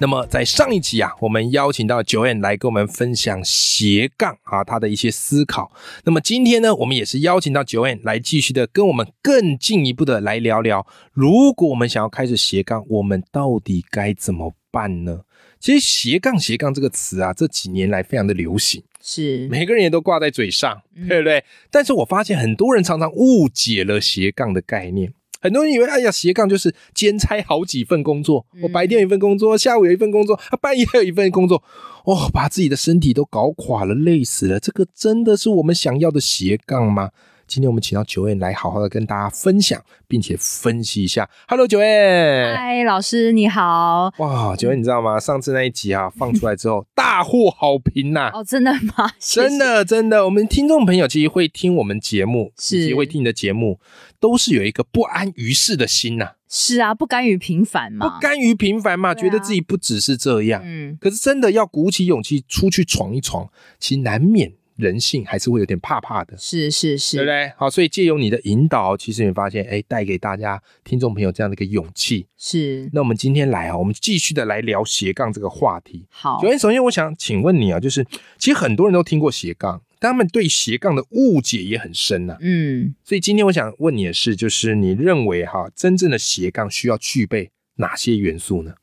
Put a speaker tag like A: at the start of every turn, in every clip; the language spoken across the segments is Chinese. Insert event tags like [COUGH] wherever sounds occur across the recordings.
A: 那么在上一集啊，我们邀请到九 N 来跟我们分享斜杠啊，他的一些思考。那么今天呢，我们也是邀请到九 N 来继续的跟我们更进一步的来聊聊，如果我们想要开始斜杠，我们到底该怎么办呢？其实斜杠斜杠这个词啊，这几年来非常的流行。
B: 是
A: 每个人也都挂在嘴上，
B: 嗯
A: 对不对？但是我发现很多人常常误解了斜杠的概念。很多人以为，哎呀，斜杠就是兼差好几份工作，
B: 嗯
A: 我白天有一份工作，下午有一份工作，啊，半夜有一份工作， [LAUGHS] 哦，把自己的身体都搞垮了，累死了。这个真的是我们想要的斜杠吗？今天我们请到九 N 来好好的跟大家分享，并且分析一下。Hello，九 N，
B: 嗨，老师你好。
A: 哇，九 N，你知道吗？上次那一集啊放出来之
B: [LAUGHS]
A: 后，大获好评啊呐、
B: 哦，真的吗？ [LAUGHS] 谢谢
A: 真，的，真的，我们听众朋友其实会听我们节目，
B: 是
A: 以及会听你的节目，都是有一个不安于世的心呐、
B: 是啊，不甘于平凡嘛。
A: 不，甘于平凡嘛，
B: 对啊
A: 觉得自己不只是这样。
B: 嗯，
A: 可是真的要鼓起勇气出去闯一闯，其实难免人性还是会有点怕怕的，
B: 是是
A: 对不
B: 是
A: 对？好，所以借由你的引导，其实你发现，哎，带给大家听众朋友这样的一个勇气。
B: 是，
A: 那我们今天来啊，我们继续的来聊斜杠这个话题。
B: 好
A: 首，先，首先我想请问你啊，就是其实很多人都听过斜杠，但他们对斜杠的误解也很深呐、
B: 嗯，
A: 所以今天我想问你的是，就是你认为哈、真正的斜杠需要具备哪些元素呢？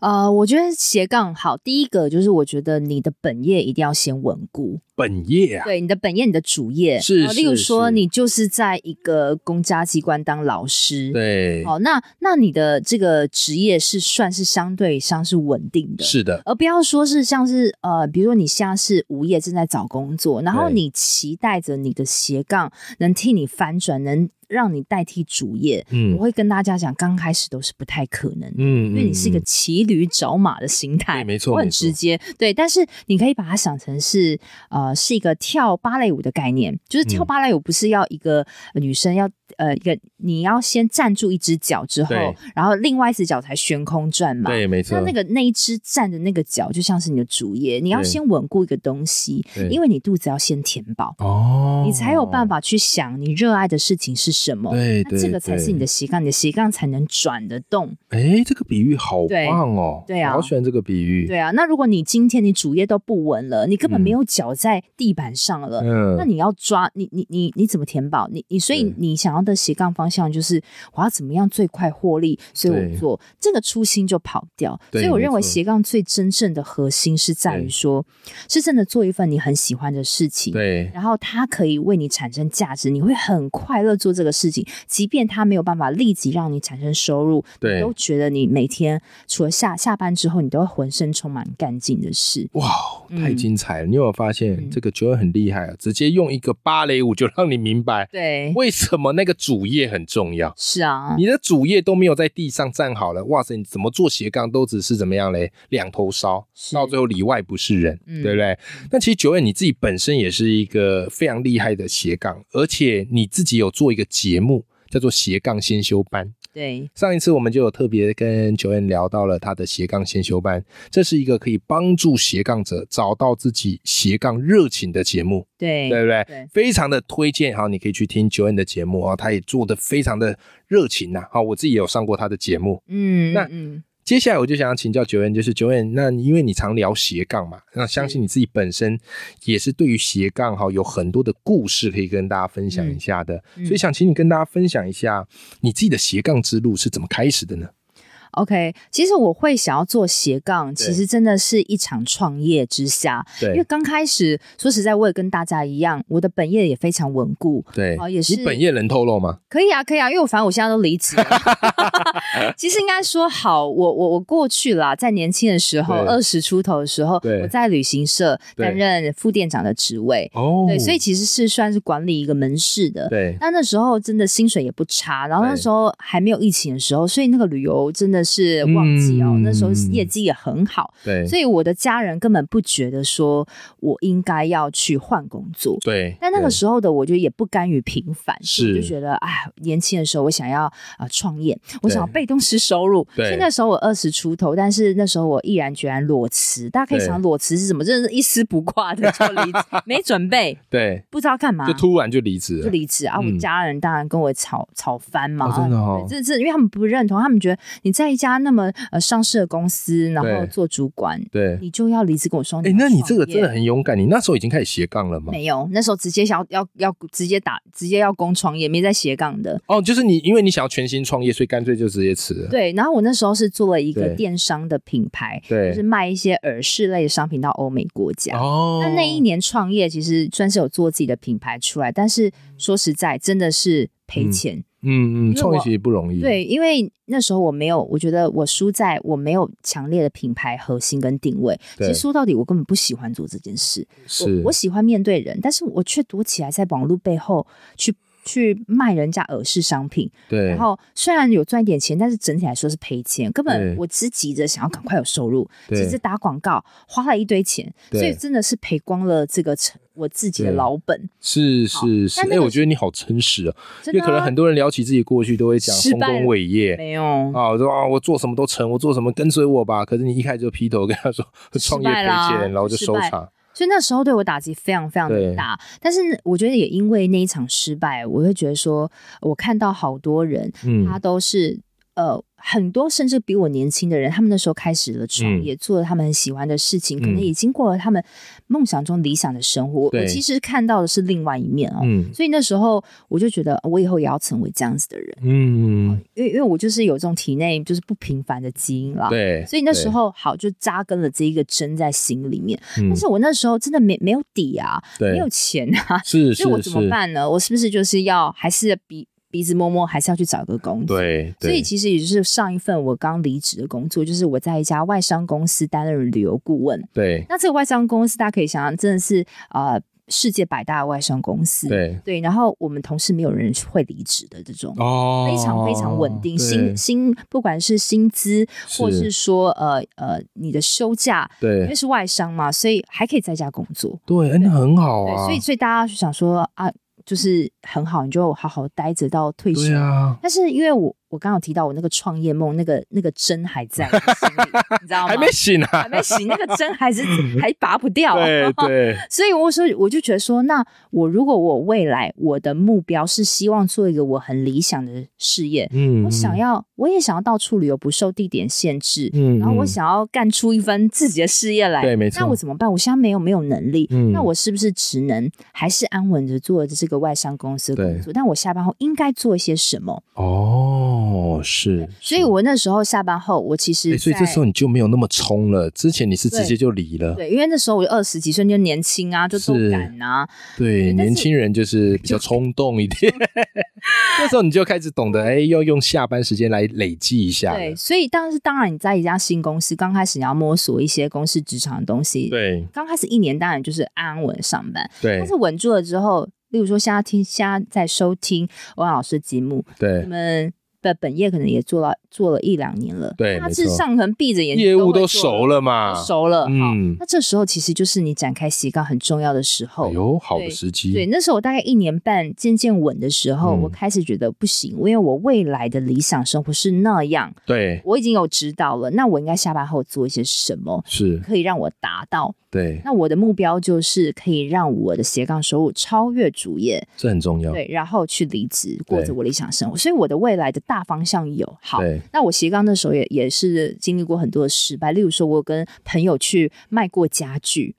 B: 呃，我觉得斜杠好，第一个就是我觉得你的本业一定要先稳固，
A: 本业啊，
B: 对，你的本业，你的主业，
A: 是
B: 呃例如
A: 是
B: 说
A: 是
B: 你就是在一个公家机关当老师，。
A: 对，
B: 哦，那那你的这个职业是算是相对上是稳定的，
A: 是的，
B: 而不要说是像是呃，比如说你现在是无业正在找工作，然后
A: 对
B: 你期待着你的斜杠能替你翻转，能让你代替主业。
A: 嗯
B: 我会跟大家讲，刚开始都是不太可能的。
A: 嗯，
B: 因为你是一个
A: 嗯
B: 骑驴找马的心态，
A: 对没错
B: 我很
A: 没错
B: 直接，对。但是你可以把它想成是呃，是一个跳芭蕾舞的概念，就是跳
A: 嗯
B: 芭蕾舞不是要一个呃女生要呃一个你要先站住一只脚之后
A: 对，
B: 然后另外一只脚才悬空转嘛，
A: 对，没错
B: 那，那个那一只站的那个脚，就像是你的主业，你要
A: 对
B: 先稳固一个东西，
A: 对
B: 因为你肚子要先填饱，
A: 哦，
B: 你才有办法去想你热爱的事情是什么。
A: 对，对
B: 那这个才是你的。斜杠，你的斜杠才能转得动。
A: 哎，这个比喻好
B: 对
A: 棒哦，
B: 对啊
A: 我好喜欢这个比喻，
B: 对啊，那如果你今天你主业都不稳了，你根本
A: 嗯
B: 没有脚在地板上了，
A: 嗯，
B: 那你要抓你你你你怎么填饱？你你所以
A: 对
B: 你想要的斜杠方向就是我要怎么样最快获利，所以
A: 对
B: 我做这个初心就跑掉。
A: 对
B: 所以我认
A: 没
B: 为
A: 错
B: 斜杠最真正的核心是在
A: 对
B: 于说，是真的做一份你很喜欢的事情。
A: 对
B: 然后它可以为你产生价值，你会很快乐做这个事情，即便它没有办法立即让你产生收入，
A: 对
B: 你都觉得你每天除了下下班之后，你都会浑身充满干劲的事。
A: 哇，太
B: 嗯
A: 精彩了！你有没有发现
B: 嗯
A: 这个九恩很厉害啊？直接用一个芭蕾舞就让你明白 [LAUGHS]
B: 对，
A: 为什么那个主业很重要。
B: 是啊，
A: 你的主业都没有在地上站好了，哇塞，你怎么做斜杠都只是怎么样嘞？两头烧，
B: 是
A: 到最后里外不是人，
B: 嗯
A: 对不对？那其实九恩你自己本身也是一个非常厉害的斜杠，而且你自己有做一个节目叫做斜杠先修班。
B: 对，
A: 上一次我们就有特别跟九恩聊到了他的斜杠先修班，这是一个可以帮助斜杠者找到自己斜杠热情的节目，
B: 对，
A: 对不对？
B: 对
A: 非常的推荐，好，你可以去听九恩的节目啊、哦，他也做的非常的热情呐、好，我自己也有上过他的节目。
B: 嗯，
A: 那
B: 嗯
A: 接下来我就想要请教九恩，就是九恩，那因为你常聊斜杠嘛，那相信你自己本身也是对于斜杠哈有很多的故事可以跟大家分享一下的，
B: 嗯嗯
A: 所以想请你跟大家分享一下你自己的斜杠之路是怎么开始的呢？
B: OK，其实我会想要做斜杠，
A: 对
B: 其实真的是一场创业之下，因为
A: 对
B: 刚开始说实在，我也跟大家一样，我的本业也非常稳固。
A: 对
B: 哦也是
A: 你本业能透露吗？
B: 可以啊，可以啊，因为我反正我现在都离职了。 [LAUGHS] 其实应该说好，我我我过去啦，在年轻的时候，
A: 对
B: 二十出头的时候
A: 对，
B: 我在旅行社
A: 对
B: 担任副店长的职位，
A: 哦
B: 对，所以其实是算是管理一个门市的。
A: 对
B: 那那时候真的薪水也不差，然后那
A: 对
B: 时候还没有疫情的时候，所以那个旅游真的的是旺季哦，
A: 嗯
B: 那时候业绩也很好，
A: 对
B: 啊所以我的家人根本不觉得说我应该要去换工作。
A: 对，
B: 但那个
A: 对
B: 时候的我，就也不甘于平凡，所以我
A: 是
B: 就觉得，哎，年轻的时候我想要啊创业，我
A: 对
B: 想要被动式收入。
A: 对
B: 所以那时候我二十出头，但是那时候我毅然决然裸辞。大家可以
A: 对
B: 想，裸辞是什么？真的是一丝不挂的 [LAUGHS] 就离职，没准备，
A: 对，
B: 不知道干嘛，
A: 就突然就离职
B: 啊就
A: 了，
B: 离职啊！
A: 嗯
B: 我家人当然跟我吵吵翻嘛，
A: 哦真的哦
B: 对这这因为他们不认同，他们觉得你在一家那么呃上市的公司，然后
A: 对
B: 做主管，
A: 对。
B: 你就要离职跟我说，
A: 哎、
B: 要
A: 那你
B: 创
A: 这个真的
B: 业
A: 很勇敢，你那时候已经开始斜杠了吗？
B: 没有，那时候直接想要要要直接打直接要攻创业，没在斜杠的。
A: 哦，就是你，因为你想要全新创业，所以干脆就直接辞了。
B: [LAUGHS] 对，然后我那时候是做了一个
A: 对
B: 电商的品牌，
A: 对
B: 就是卖一些耳饰类的商品到欧美国家。
A: 哦，
B: 那那一年创业，其实算是有做自己的品牌出来，但是说实在，真的是赔钱。
A: 嗯嗯，
B: 因为
A: 创业
B: 我
A: 其实不容易。
B: 对，因为那时候我没有，我觉得我输在我没有强烈的品牌核心跟定位。其
A: 对
B: 实说到底，我根本不喜欢做这件事。
A: 是
B: 我，我喜欢面对人，但是我却躲起来在网络背后去去卖人家耳饰商品。
A: 对，
B: 然后虽然有赚一点钱，但是整体来说是赔钱。根
A: 对
B: 本我只急着想要赶快有收入，
A: 对
B: 急着打广告，花了一堆钱，
A: 对
B: 所以真的是赔光了这个成我自己的
A: 对
B: 老本。
A: 是是是，
B: 那
A: 哎、
B: 那个
A: 我觉得你好真实啊，因
B: 真
A: 为
B: 的
A: 可能
B: 啊
A: 很多人聊起自己过去都会讲
B: 失
A: 丰
B: 败
A: 功
B: 了
A: 伟业。
B: 没有
A: 啊，我说啊，我做什么都成，我做什么跟随我吧。可是你一开始就劈头跟他
B: [LAUGHS]
A: 说创业赔
B: 啦
A: 钱，然后就
B: 失
A: 收
B: 败
A: 场。
B: 所以那时候对我打击非常非常
A: 对
B: 的大，但是我觉得也因为那一场失败，我会觉得说，我看到好多人，
A: 嗯
B: 他都是呃很多甚至比我年轻的人，他们那时候开始了创业，做了他们很喜欢的事情，可能
A: 嗯
B: 已经过了他们梦想中理想的生活。
A: 对
B: 我其实看到的是另外一面哦，
A: 嗯
B: 所以那时候我就觉得，我以后也要成为这样子的人，
A: 嗯，
B: 因为因为我就是有这种体内就是不平凡的基因啦。
A: 对。
B: 所以那
A: 对
B: 时，候好就扎根了这一个针在心里面，
A: 嗯
B: 但是我那时候真的没没有底啊，
A: 对
B: 没有钱啊，
A: 是
B: 所以我
A: 是
B: 怎么
A: 是，
B: 办呢？我是不是就是要还是鼻鼻子摸摸，还是要去找个工作？。
A: 对
B: 所以
A: 对
B: 其实也就是上一份我刚离职的工作，就是我在一家外商公司担任旅游顾问。
A: 对
B: 那这个外商公司大家可以想象，真的是呃世界百大的外商公司。
A: 对
B: 然后我们同事没有人会离职的这种。
A: 哦，
B: 非常非常稳定，薪
A: 对
B: 薪不管是薪资，或
A: 是
B: 是说呃呃你的休假，因为
A: 对
B: 是外商嘛，所以还可以在家工作。
A: 对，哎那很好
B: 对，
A: 啊，
B: 所以所以大家就想说啊，就是很好，你就好好待着到退休。
A: 对啊，
B: 但是因为我我刚好提到我那个创业梦，那个那个针还
A: [LAUGHS]
B: 在我心里，你知道吗？
A: 还没醒啊
B: [LAUGHS] 还，没醒，那个针
A: [LAUGHS]
B: 还是还拔不掉。
A: 对对，
B: [LAUGHS] 所以我说，我就觉得说，那我如果我未来我的目标是希望做一个我很理想的事业，
A: 嗯，
B: 我想
A: 嗯，
B: 要，我也想要到处旅游，不受地点限制。
A: 嗯，
B: 然后我
A: 嗯，
B: 想要干出一番自己的事业来，
A: 对没错
B: 那我怎么办？我现在没有没有能力，
A: 嗯
B: 那我是不是只能还是安稳的做这个外商公司的工作？但我下班后应该做一些什么？
A: 哦，是，
B: 所以我那时候下班后，我其实
A: 哎，
B: 在、
A: 所以这时候你就没有那么冲了，之前你是直
B: 对
A: 接就离了，
B: 对，因为那时候我就二十几岁，就年轻啊，就都
A: 是
B: 敢啊，
A: 对，
B: 对但是
A: 年轻人就是比较冲动一
B: [LAUGHS]
A: 点，这时候你就开始懂得，哎，要用下班时间来累积一下了。
B: 对，所以当时当然你在一家新公司，刚开始你要摸索一些公司职场的东西，，
A: 对
B: 刚开始一年当然就是安稳上班，但
A: 对
B: 是稳住了之后，例如说现在听现在在收听欧阳老师的节目，你
A: 对，
B: 们的本业可能也做了做了一两年了，
A: 对
B: 大
A: 没
B: 致
A: 错
B: 上可能闭着眼睛
A: 业务
B: 会
A: 都
B: 做
A: 熟了嘛
B: 都，熟了，
A: 嗯
B: 嗯，那这时候其实就是你展开斜杠很重要的时候
A: 哎。呦，好的
B: 对
A: 时机，
B: 对，那时候我大概一年半渐渐稳的时候，
A: 嗯
B: 我开始觉得不行，因为我未来的理想生活是那样，
A: 对
B: 我已经有指导了，那我应该下班后做一些什么
A: 是，
B: 可以让我达到？
A: 对，
B: 那我的目标就是可以让我的斜杠收入超越主业，
A: 这很重要。
B: 对，然后去离职，过
A: 哦对
B: 着我理想生活。所以我的未来的大方向有好。
A: 对
B: 那我斜杠那时候也也是经历过很多的失败，例如说，我有跟朋友去卖过家具，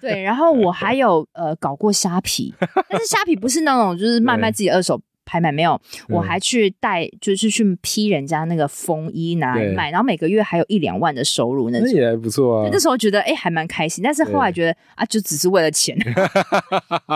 B: 对，然后我还有呃搞过虾皮，但是虾皮不是那种就是卖卖自己二手拍卖，没有，
A: 对
B: 我还去带就是去批人家那个风衣拿来
A: 对
B: 卖，然后每个月还有一两万的收入那
A: 那
B: 种。
A: 也还不错啊
B: 对，那时候觉得哎、诶还蛮开心，但是后来觉得啊就只是为了钱，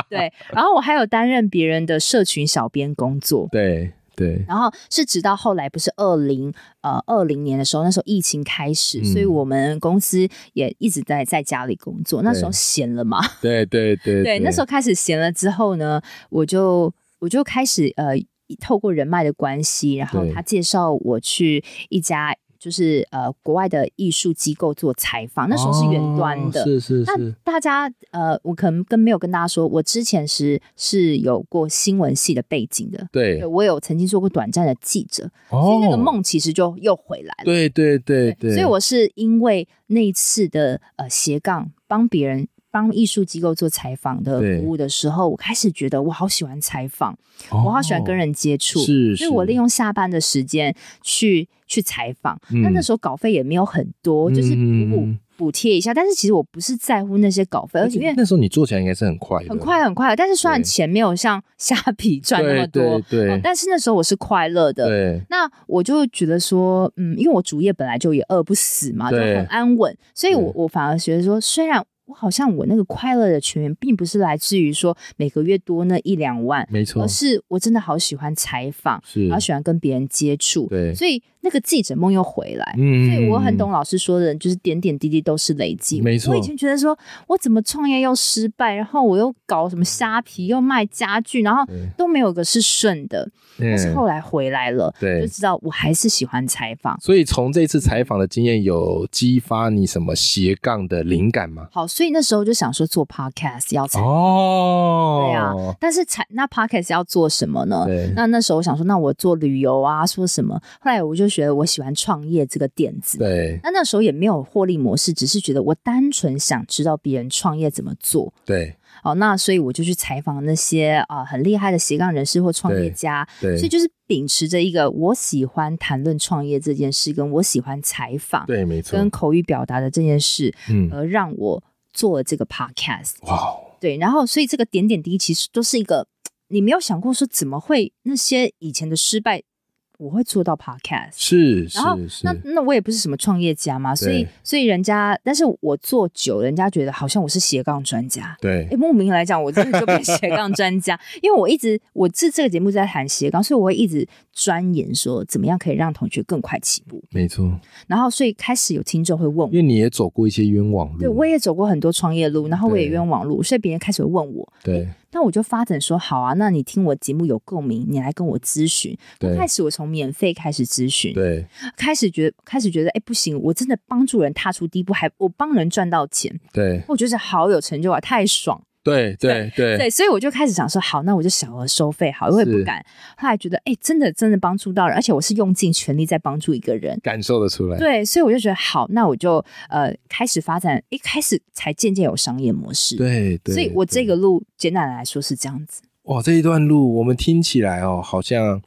B: 对。然后我还有担任别人的社群小编工作，
A: 对对
B: 然后是直到后来不是二零呃二零年的时候，那时候疫情开始，
A: 嗯
B: 所以我们公司也一直在在家里工作。那时候闲了嘛，
A: 对对对
B: [LAUGHS] 对，那时候开始闲了之后呢，我就我就开始呃透过人脉的关系，然后
A: 对
B: 他介绍我去一家就是呃国外的艺术机构做采访，那时候是远端的。
A: 哦是是
B: 那
A: 是，
B: 大家呃，我可能跟没有跟大家说，我之前是是有过新闻系的背景的，
A: 对
B: 对，我有曾经做过短暂的记者，所
A: 哦
B: 以那个，梦其实就又回来了。
A: 对对对对，
B: 所以我是因为那一次的呃斜杠帮别人。帮艺术机构做采访的
A: 对
B: 服务的时候，我开始觉得我好喜欢采访，
A: 哦
B: 我好喜欢跟人接触，
A: 是是
B: 所以我利用下班的时间去去采访。
A: 嗯
B: 那那时候稿费也没有很多，就是
A: 嗯
B: 补补贴一下。但是其实我不是在乎那些稿费，而且因为
A: 那时候你做起来应该是很快的，
B: 很快很快，但是虽然
A: 对
B: 钱没有像 [LAUGHS] 虾皮赚那么多，
A: 对对
B: 哦
A: 对
B: 但是那时候我是快乐的。
A: 对
B: 那我就觉得说，嗯，因为我主业本来就也饿不死嘛，就
A: 对
B: 很安稳，所以
A: 对
B: 我我反而觉得说，虽然我好像我那个快乐的泉源，并不是来自于说每个月多那一两万，
A: 没错
B: 而，是我真的好喜欢采访，
A: 是
B: 然后喜欢跟别人接触，
A: 对，
B: 所以那个记者梦又回来。
A: 嗯
B: 所以我很
A: 嗯
B: 懂老师说的，就是点点滴滴都是累积。
A: 没错
B: 我以前觉得说，我怎么创业又失败，然后我又搞什么虾皮，又卖家具，然后
A: 对
B: 都没有一个是顺的。
A: 嗯
B: 但是后来回来了，
A: 对
B: 就知道我还是喜欢采访。
A: 所以从这次采访的经验，有激发你什么斜杠的灵感吗？
B: 好，所以那时候就想说做 podcast 要采，
A: 哦，
B: 对啊，但是采那 podcast 要做什么呢？
A: 对
B: 那那时候我想说，那我做旅游啊，说什么？后来我就觉得我喜欢创业这个点子。
A: 对
B: 那那时候也没有获利模式，只是觉得我单纯想知道别人创业怎么做。
A: 对
B: 哦，那所以我就去采访那些啊、呃很厉害的斜杠人士或创业家，
A: 对
B: 所以就是秉持着一个我喜欢谈论创业这件事，跟我喜欢采访
A: 对，没错，
B: 跟呃口语表达的这件事，
A: 嗯，
B: 而让我做了这个 podcast。
A: 哇，
B: 对，然后所以这个点点滴滴其实都是一个你没有想过说怎么会那些以前的失败，我会做到 podcast。
A: 是
B: 然后
A: 是是
B: 那，那我也不是什么创业家嘛，所以
A: 对
B: 所以人家，但是我做久，人家觉得好像我是斜杠专家。
A: 对
B: 哎、莫名来讲，我真的就变 [LAUGHS] 斜杠专家，因为我一直我这这个节目在谈斜杠，所以我会一直钻研说怎么样可以让同学更快起步。
A: 没错，
B: 然后，所以开始有听众会问
A: 因为
B: 我，
A: 你也走过一些冤枉路，
B: 对我也走过很多创业路，然后我也
A: 嗯对
B: 冤枉路，所以别人开始会问我，
A: 对
B: 那我就发展说好啊，那你听我节目有共鸣，你来跟我咨询。
A: 对
B: 开始我从免费开始咨询，
A: 对
B: 开始觉开始觉得哎、诶不行，我真的帮助人踏出第一步，还我帮人赚到钱，
A: 对
B: 我觉得好有成就啊，太爽。
A: 对对对
B: 对，所以我就开始想说，好，那我就小额收费好了，我也不
A: 是
B: 敢。后来觉得，哎、真的真的帮助到人，而且我是用尽全力在帮助一个人。
A: 感受得出来，
B: 对，所以我就觉得好，那我就呃开始发展，一开始才渐渐有商业模式。，
A: 对对，
B: 所以我
A: 对嗯
B: 这个路简单来说是这样子。
A: 哇，这一段路我们听起来哦，好像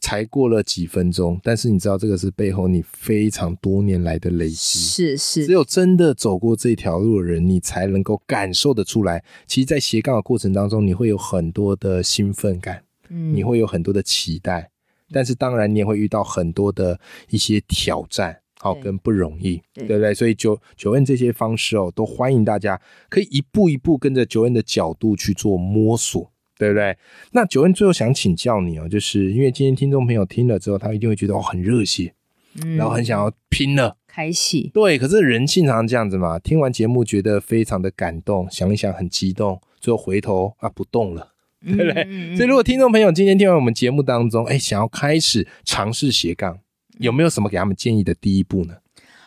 A: 才过了几分钟，但是你知道这个是背后你非常多年来的累积。
B: 是
A: 只
B: 是，
A: 有真的走过这条路的人，你才能够感受得出来。其实，在斜杠的过程当中，你会有很多的兴奋感，
B: 嗯
A: 你会有很多的期待，但是当然你也会遇到很多的一些挑战。好，
B: 对
A: 跟不容易，
B: 对
A: 对不对？所以九九恩这些方式哦，都欢迎大家可以一步一步跟着九恩的角度去做摸索，对不对？那九恩最后想请教你哦，就是因为今天听众朋友听了之后，他一定会觉得哦很热血，
B: 嗯
A: 然后很想要拼了，
B: 开戏。
A: 对，可是人性常常这样子嘛。听完节目觉得非常的感动，想一想很激动，最后回头啊不动了。
B: 对
A: 不对
B: 嗯
A: 所以如果听众朋友今天听完我们节目当中，哎，想要开始尝试斜杠，
B: 嗯
A: 有没有什么给他们建议的第一步呢？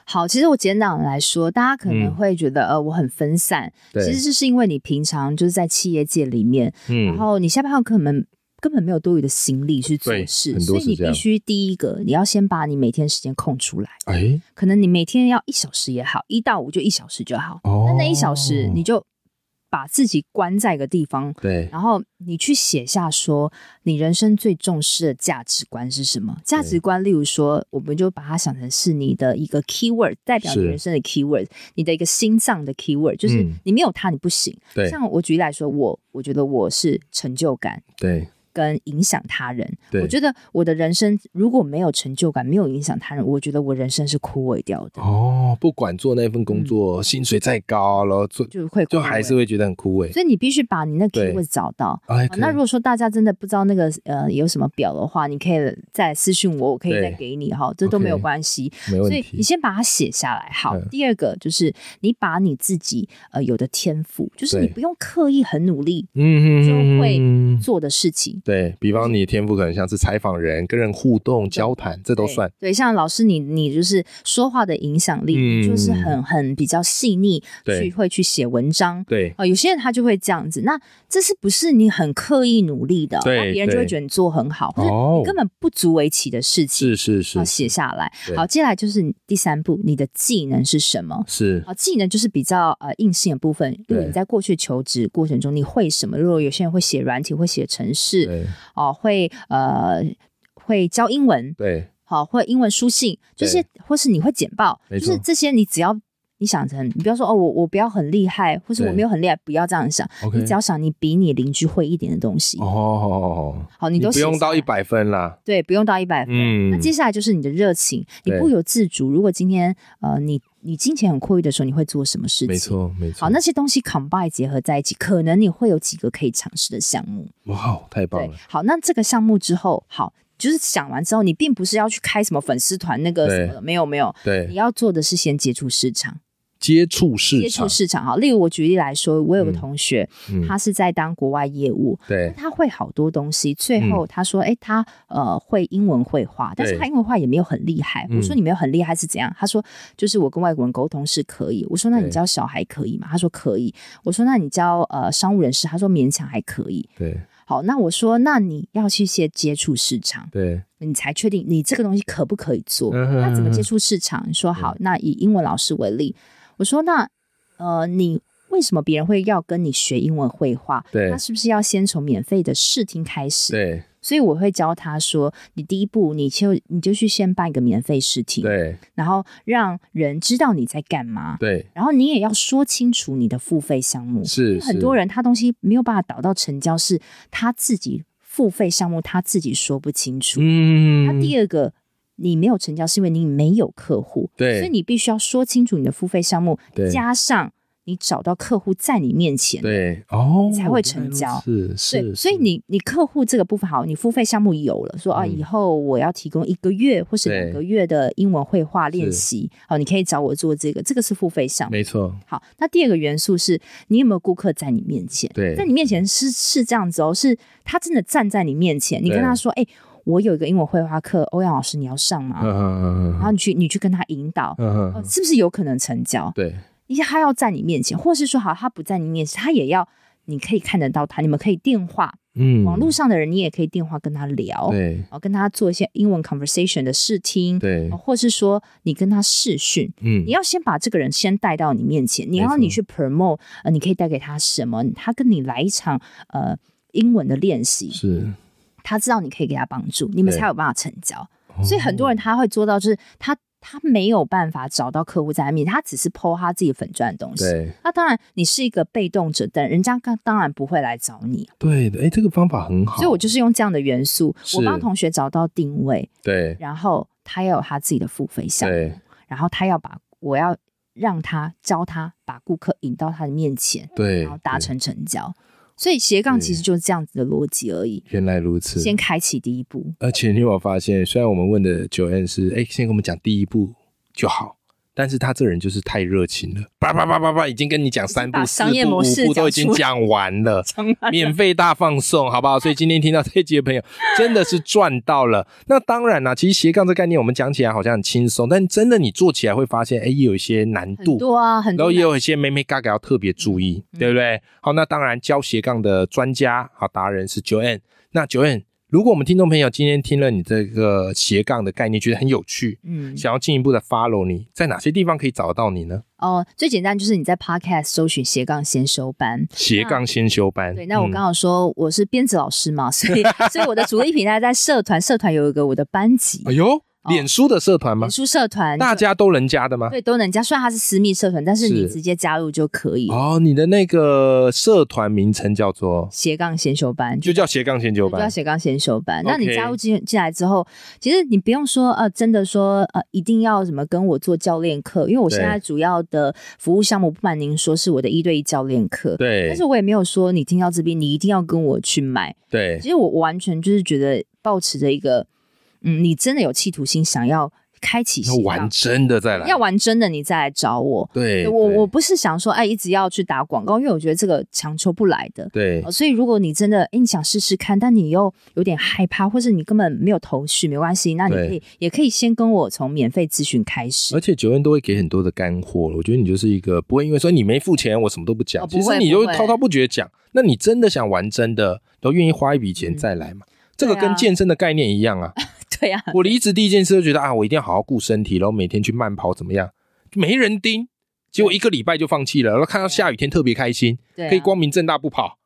B: 好，其实我简短来说，大家可能
A: 嗯
B: 会觉得、呃我很分散，
A: 对
B: 其实这是因为你平常就是在企业界里面，然
A: 嗯，
B: 后你下班后可能根本没有多余的心力去做
A: 对
B: 事，
A: 很
B: 所
A: 多
B: 以
A: 是
B: 你
A: 这
B: 必
A: 样
B: 须第一个，你要先把你每天时间空出来。
A: 哎，
B: 可能你每天要一小时也好，一到五就一小时就好。
A: 哦
B: 那那一小时你就把自己关在一个地方，
A: 对
B: 然后你去写下说你人生最重视的价值观是什么？价值观，例如说，我们就把它想成是你的一个 keyword，代表你
A: 是
B: 人生的 keyword，你的一个心脏的 keyword，就是
A: 嗯
B: 你没有它你不行。
A: 对
B: 像我举例来说，我我觉得我是成就感。
A: 对
B: 跟影响他人，
A: 对
B: 我觉得我的人生如果没有成就感，没有影响他人，我觉得我人生是枯萎掉的，
A: 哦，不管做那份工作，薪水再高，然后做
B: 嗯就会枯
A: 就
B: 萎
A: 还是。会觉得很枯萎。
B: 所以你必须把你那个
A: 对
B: keyword 找到。
A: 哎，
B: 好
A: 可以
B: 那如果说大家真的不知道那个呃有什么表的话，你可以再私信我，我可以
A: 对
B: 再给你哈，这都
A: OK
B: 没有关系。
A: 没问
B: 所以
A: 题
B: 你，先把它写下来。好，
A: 嗯
B: 第二个就是你把你自己呃有的天赋，就是你
A: 对
B: 不用刻意很努力
A: 嗯
B: 就会
A: 嗯
B: 做的事情，
A: 对比方你的天赋可能像是采访人、跟人互动、交谈，这都
B: 对
A: 算。
B: 对，像老师你，你就是说话的影响力，
A: 嗯
B: 你就是很很比较细腻，
A: 对
B: 去会去写文章。
A: 对
B: 哦，有些人他就会这样子，那这是不是你很刻意努力的？
A: 对
B: 那别人就
A: 对
B: 会觉得你做很好，或
A: 哦
B: 者你根本不足为奇的事
A: 是
B: 情，
A: 是是
B: 要写下来
A: 对。
B: 好，接下来就是你第三步，你的技能是什么？
A: 是，
B: 好，技能就是比较呃硬性的部分，因
A: 对
B: 为你在过去求职过程中，你会什么？如果有些人会写软体，会写程式，
A: 对
B: 哦，会呃会教英文，
A: 对
B: 好，或者英文书信，这些或是你会简报，
A: 没
B: 就
A: 错
B: 是这些你只要你想成，你不要说哦，我我不要很厉害，或是
A: 对
B: 我没有很厉害，不要这样想，
A: ，OK
B: 你只要想你比你邻居会一点的东西，
A: 哦哦哦，
B: 好，你
A: 你
B: 都
A: 不
B: 写
A: 用
B: 下
A: 到
B: 来
A: 一，百分啦，
B: 对，不用到一百分。
A: 嗯
B: 那接下来就是你的热情，你
A: 对
B: 不由自主。如果今天呃你你金钱很阔裕的时候，你会做什么事情？
A: 没错没错。
B: 好，那些东西 combine 结合在一起，可能你会有几个可以尝试的项目。
A: 哇，太棒
B: 对
A: 了，，
B: 好，那这个项目之后，好，就是想完之后，你并不是要去开什么粉丝团那个
A: 对
B: 什么的，没有没有，你
A: 对，
B: 要做的是先接触市场，
A: 接触市
B: 接触
A: 场，
B: 市场。好，例如我举例来说，我有个
A: 嗯
B: 同学，
A: 嗯，
B: 他是在当国外业务。
A: 对
B: 他会好多东西，最
A: 嗯
B: 后他说：“哎、他呃会英文绘画，但是
A: 对
B: 他英文绘画也没有很厉害。”
A: 嗯
B: 我说：“你没有很厉害是怎样？”他说：“就是我跟外国人沟通是可以。”我说：“那
A: 对
B: 你教小孩可以吗？”他说：“可以。”我说：“那你教呃商务人士？”他说：“勉强还可以。
A: 对”
B: 好，那我说：“那你要去先接触市场，
A: 对，
B: 你才确定你这个东西可不可以做。
A: 嗯哼
B: 那怎么接触市场？你说好，那以英文老师为例，我说那呃，你为什么别人会要跟你学英文绘画？
A: 对
B: 他是不是要先从免费的试听开始？
A: 对
B: 所以我会教他说，你第一步你就你就去先办一个免费试听，
A: 对
B: 然后让人知道你在干嘛。
A: 对，
B: 然后你也要说清楚你的付费项目，
A: 是
B: 嗯因为很多
A: 人
B: 人他东西没有办法导到成交，是他自己付费项目他自己说不清楚。
A: 嗯，
B: 那第二个，你没有成交是因为你没有客户，
A: 对
B: 所以你必须要说清楚你的付费项目
A: 对，
B: 加上你找到客户在你面前，
A: 对哦
B: 才会成交
A: 是
B: 对，
A: 是，
B: 所以
A: 是
B: 你你客户这个部分好，你付费项目有了，说啊，
A: 嗯
B: 以后我要提供一个月或是
A: 对
B: 两个月的英文绘画练习，哦，你可以找我做这个，这个是付费项目。
A: 没错，
B: 好，那第二个元素是你有没有顾客在你面前？
A: 对
B: 在你面前是是这样子哦，是他真的站在你面前，你跟
A: 对
B: 他说，哎、我有一个英文绘画课，欧阳老师你要上吗？
A: 嗯嗯嗯
B: 然后
A: 嗯
B: 你去你去跟他引导，
A: 嗯
B: 呃
A: 嗯，
B: 是不是有可能成交？
A: 对
B: 因为他要在你面前，或是说好他不在你面前，他也要你可以看得到他，你们可以电话，
A: 嗯，
B: 网络上的人你也可以电话跟他聊，然
A: 对
B: 后跟他做一些英文 conversation 的试听，
A: 对
B: 呃，或是说你跟他视讯。
A: 嗯
B: 你要先把这个人先带到你面前，你要你去 promote，呃，你可以带给他什么？他跟你来一场呃英文的练习，
A: 是，
B: 他知道你可以给他帮助，你们
A: 对哦
B: 才有办法成交。所以很多人他会做到，就是他他没有办法找到客户在他面前，他只是剖他自己粉钻的东西。
A: 对
B: 那当然，你是一个被动者，但人家当当然不会来找你。
A: 对的，哎，这个方法很好，
B: 所以我就是用这样的元素，
A: 是
B: 我帮同学找到定位，
A: 对
B: 然后他要有他自己的付费项目，
A: 对
B: 然后他要把我要让他教他把顾客引到他的面前，
A: 对
B: 然后达
A: 对
B: 成成交。所以斜杠其实就是这样子的逻辑而已，
A: 原来如此，
B: 先开启第一步。
A: 而且你有没有发现，虽然我们问的九 N 是哎、诶先跟我们讲第一步就好，但是他这人就是太热情了，叭叭叭叭叭，已经跟你讲三步、
B: 把
A: 四
B: 商业
A: 步、
B: 模式
A: 五步都已
B: 讲
A: 经
B: 出来
A: 讲完了，免费大放送，好不好？所以今天听到这一集的朋友，真的是赚到了。那当然啦、其实斜杠这概念我们讲起来好像很轻松，但真的你做起来会发现，哎、有一些难
B: 很
A: 度。
B: 多啊，很
A: 然
B: 多
A: 后也
B: 难
A: 有一些妹妹嘎嘎要特别注意，
B: 嗯
A: 对不对？好，那当然教斜杠的专家好达人是 Joanne。那 Joanne，如果我们听众朋友今天听了你这个斜杠的概念，觉得很有趣，
B: 嗯
A: 想要进一步的 follow 你，在哪些地方可以找到你呢？
B: 哦，最简单就是你在 Podcast 搜寻斜杠先修班。
A: 斜杠先修班。
B: 对，那我
A: 嗯
B: 刚好说我是编子老师嘛，所以
A: [LAUGHS]
B: 所以我的主力平台在社团，社团有一个我的班级，
A: 哎呦，脸书的社团吗
B: 哦脸？书社团，
A: 大家都能加的吗？
B: [LAUGHS] 对都能加，虽然它是私密社团，但是你
A: 是
B: 直接加入就可以。
A: 哦，你的那个社团名称叫做
B: 斜杠先修班
A: 就叫斜杠先修
B: 就叫
A: 班。
B: 斜杠先修班。那你
A: OK
B: 加入进进来之后，其实你不用说呃，真的说呃，一定要什么跟我做教练课，因为我现
A: 对
B: 在主要的服务项目，不瞒您说是我的一对一教练课。
A: 对
B: 但是我也没有说你听到这边，你一定要跟我去买。
A: 对
B: 其实我我完全就是觉得，保持着一个，嗯，你真的有企图心，想要开启
A: 要啊
B: 斜杠
A: 玩真的再来，
B: 要玩真的，你再来找我。
A: 对，
B: 我
A: 对
B: 我不是想说，哎，一直要去打广告，因为我觉得这个强求不来的。
A: 对
B: 呃所以，如果你真的，哎，你想试试看，但你又有点害怕，或是你根本没有头绪，没关系，那你
A: 对呃
B: 可以也可以先跟我从免费咨询开始
A: 而。且九恩都会给很多的干货，我觉得你就是一个不会因为说你没付钱，我什么都不讲，
B: 哦
A: 其
B: 不
A: 实
B: 会
A: 你就
B: 不会
A: 滔滔不绝讲。那你真的想玩真的，都愿意花一笔钱
B: 嗯
A: 再来嘛？这个
B: 对啊
A: 跟健身的概念一样
B: [LAUGHS]
A: 啊！
B: [LAUGHS] 对啊，
A: 我离职第一件事就觉得啊，我一定要好好顾身体，然后每天去慢跑，怎么样？没人盯，结果一个礼拜就放弃了。然后看到下雨天特别开心，
B: 对啊，
A: 可以光明正大不
B: [LAUGHS]
A: 跑。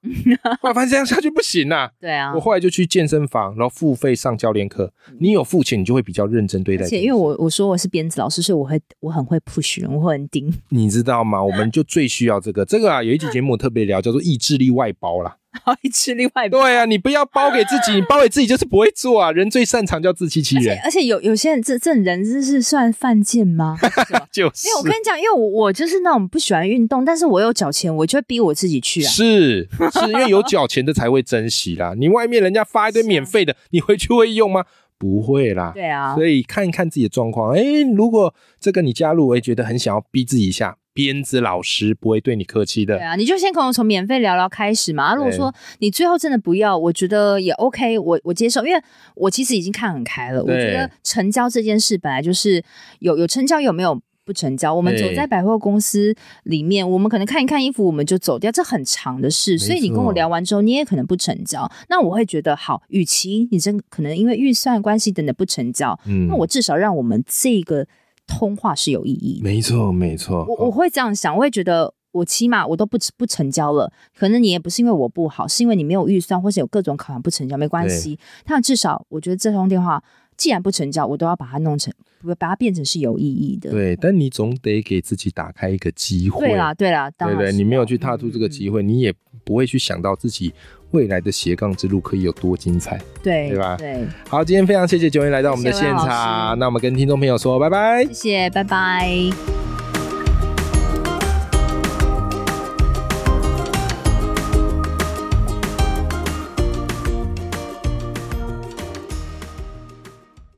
A: 后来发现这样下去不行啊！
B: 对啊嗯
A: 我。后来就去健身房，然后付费上教练课。你有付钱，你就会比较认真对待
B: 而
A: 自己。
B: 且因为我我说我是编子老师，所以我会我很会 push 人，我会很盯。
A: 你知道
B: [LAUGHS]
A: 吗？我们就最需要这个。这个啊，有一集节目我特别聊，叫做意志力外包啦。
B: 好，一吃另外一半。
A: 对啊，你不要包给
B: [LAUGHS]
A: 自己，你包给自己就是不会做啊。人最擅长叫自欺欺人，
B: 而且有有些人这这人真是算犯贱
A: [LAUGHS]
B: 吗？还是什么
A: 就是
B: 没有，我跟你讲，因为我我就是那种不喜欢运动，但是我有缴钱，我就会逼我自己去啊。
A: 是是因为有缴钱的才会珍惜啦。 [LAUGHS] 你外面人家发一堆免费的，你回去会用吗？不会啦。
B: 对啊，
A: 所以看一看自己的状况。哎，如果这个你加入，我也觉得很想要逼自己一下。鞭子老师不会对你客气
B: 对
A: 的。
B: 啊，你就先跟我从免费聊聊开始嘛。啊如果说你最后真的不要，我觉得也 OK，我我接受，因为我其实已经看很开了。我
A: 对
B: 觉得成交这件事本来就是有有成交有没有不成交，我们
A: 对
B: 走在百货公司里面，我们可能看一看衣服我们就走掉，这很长的事。所以你跟
A: 错
B: 我聊完之后，你也可能不成交，那我会觉得好，与其你真可能因为预算关系等等不成交，
A: 嗯
B: 那我至少让我们这个通话是有意义的。
A: 没错没错。
B: 我我会这样想，我会觉得我起码我都不不成交了，可能你也不是因为我不好，是因为你没有预算，或是有各种考量不成交，没关系。但至少我觉得这通电话既然不成交，我都要把它弄成，不把它变成是有意义的。
A: 对，但你总得给自己打开一个机会。啊
B: 对啦，对啦，当
A: 对
B: 然
A: 不对？
B: 是
A: 你没有
B: 啦
A: 去踏出这个机
B: 嗯
A: 会，你也不会去想到自己未来的斜杠之路可以有多精彩。
B: 嗯对
A: 对吧
B: 对，
A: 好，今天非常谢谢九月来到我们的
B: 谢谢
A: 现
B: 万老师
A: 场，那我们跟听众朋友说拜拜。
B: 谢谢，拜拜。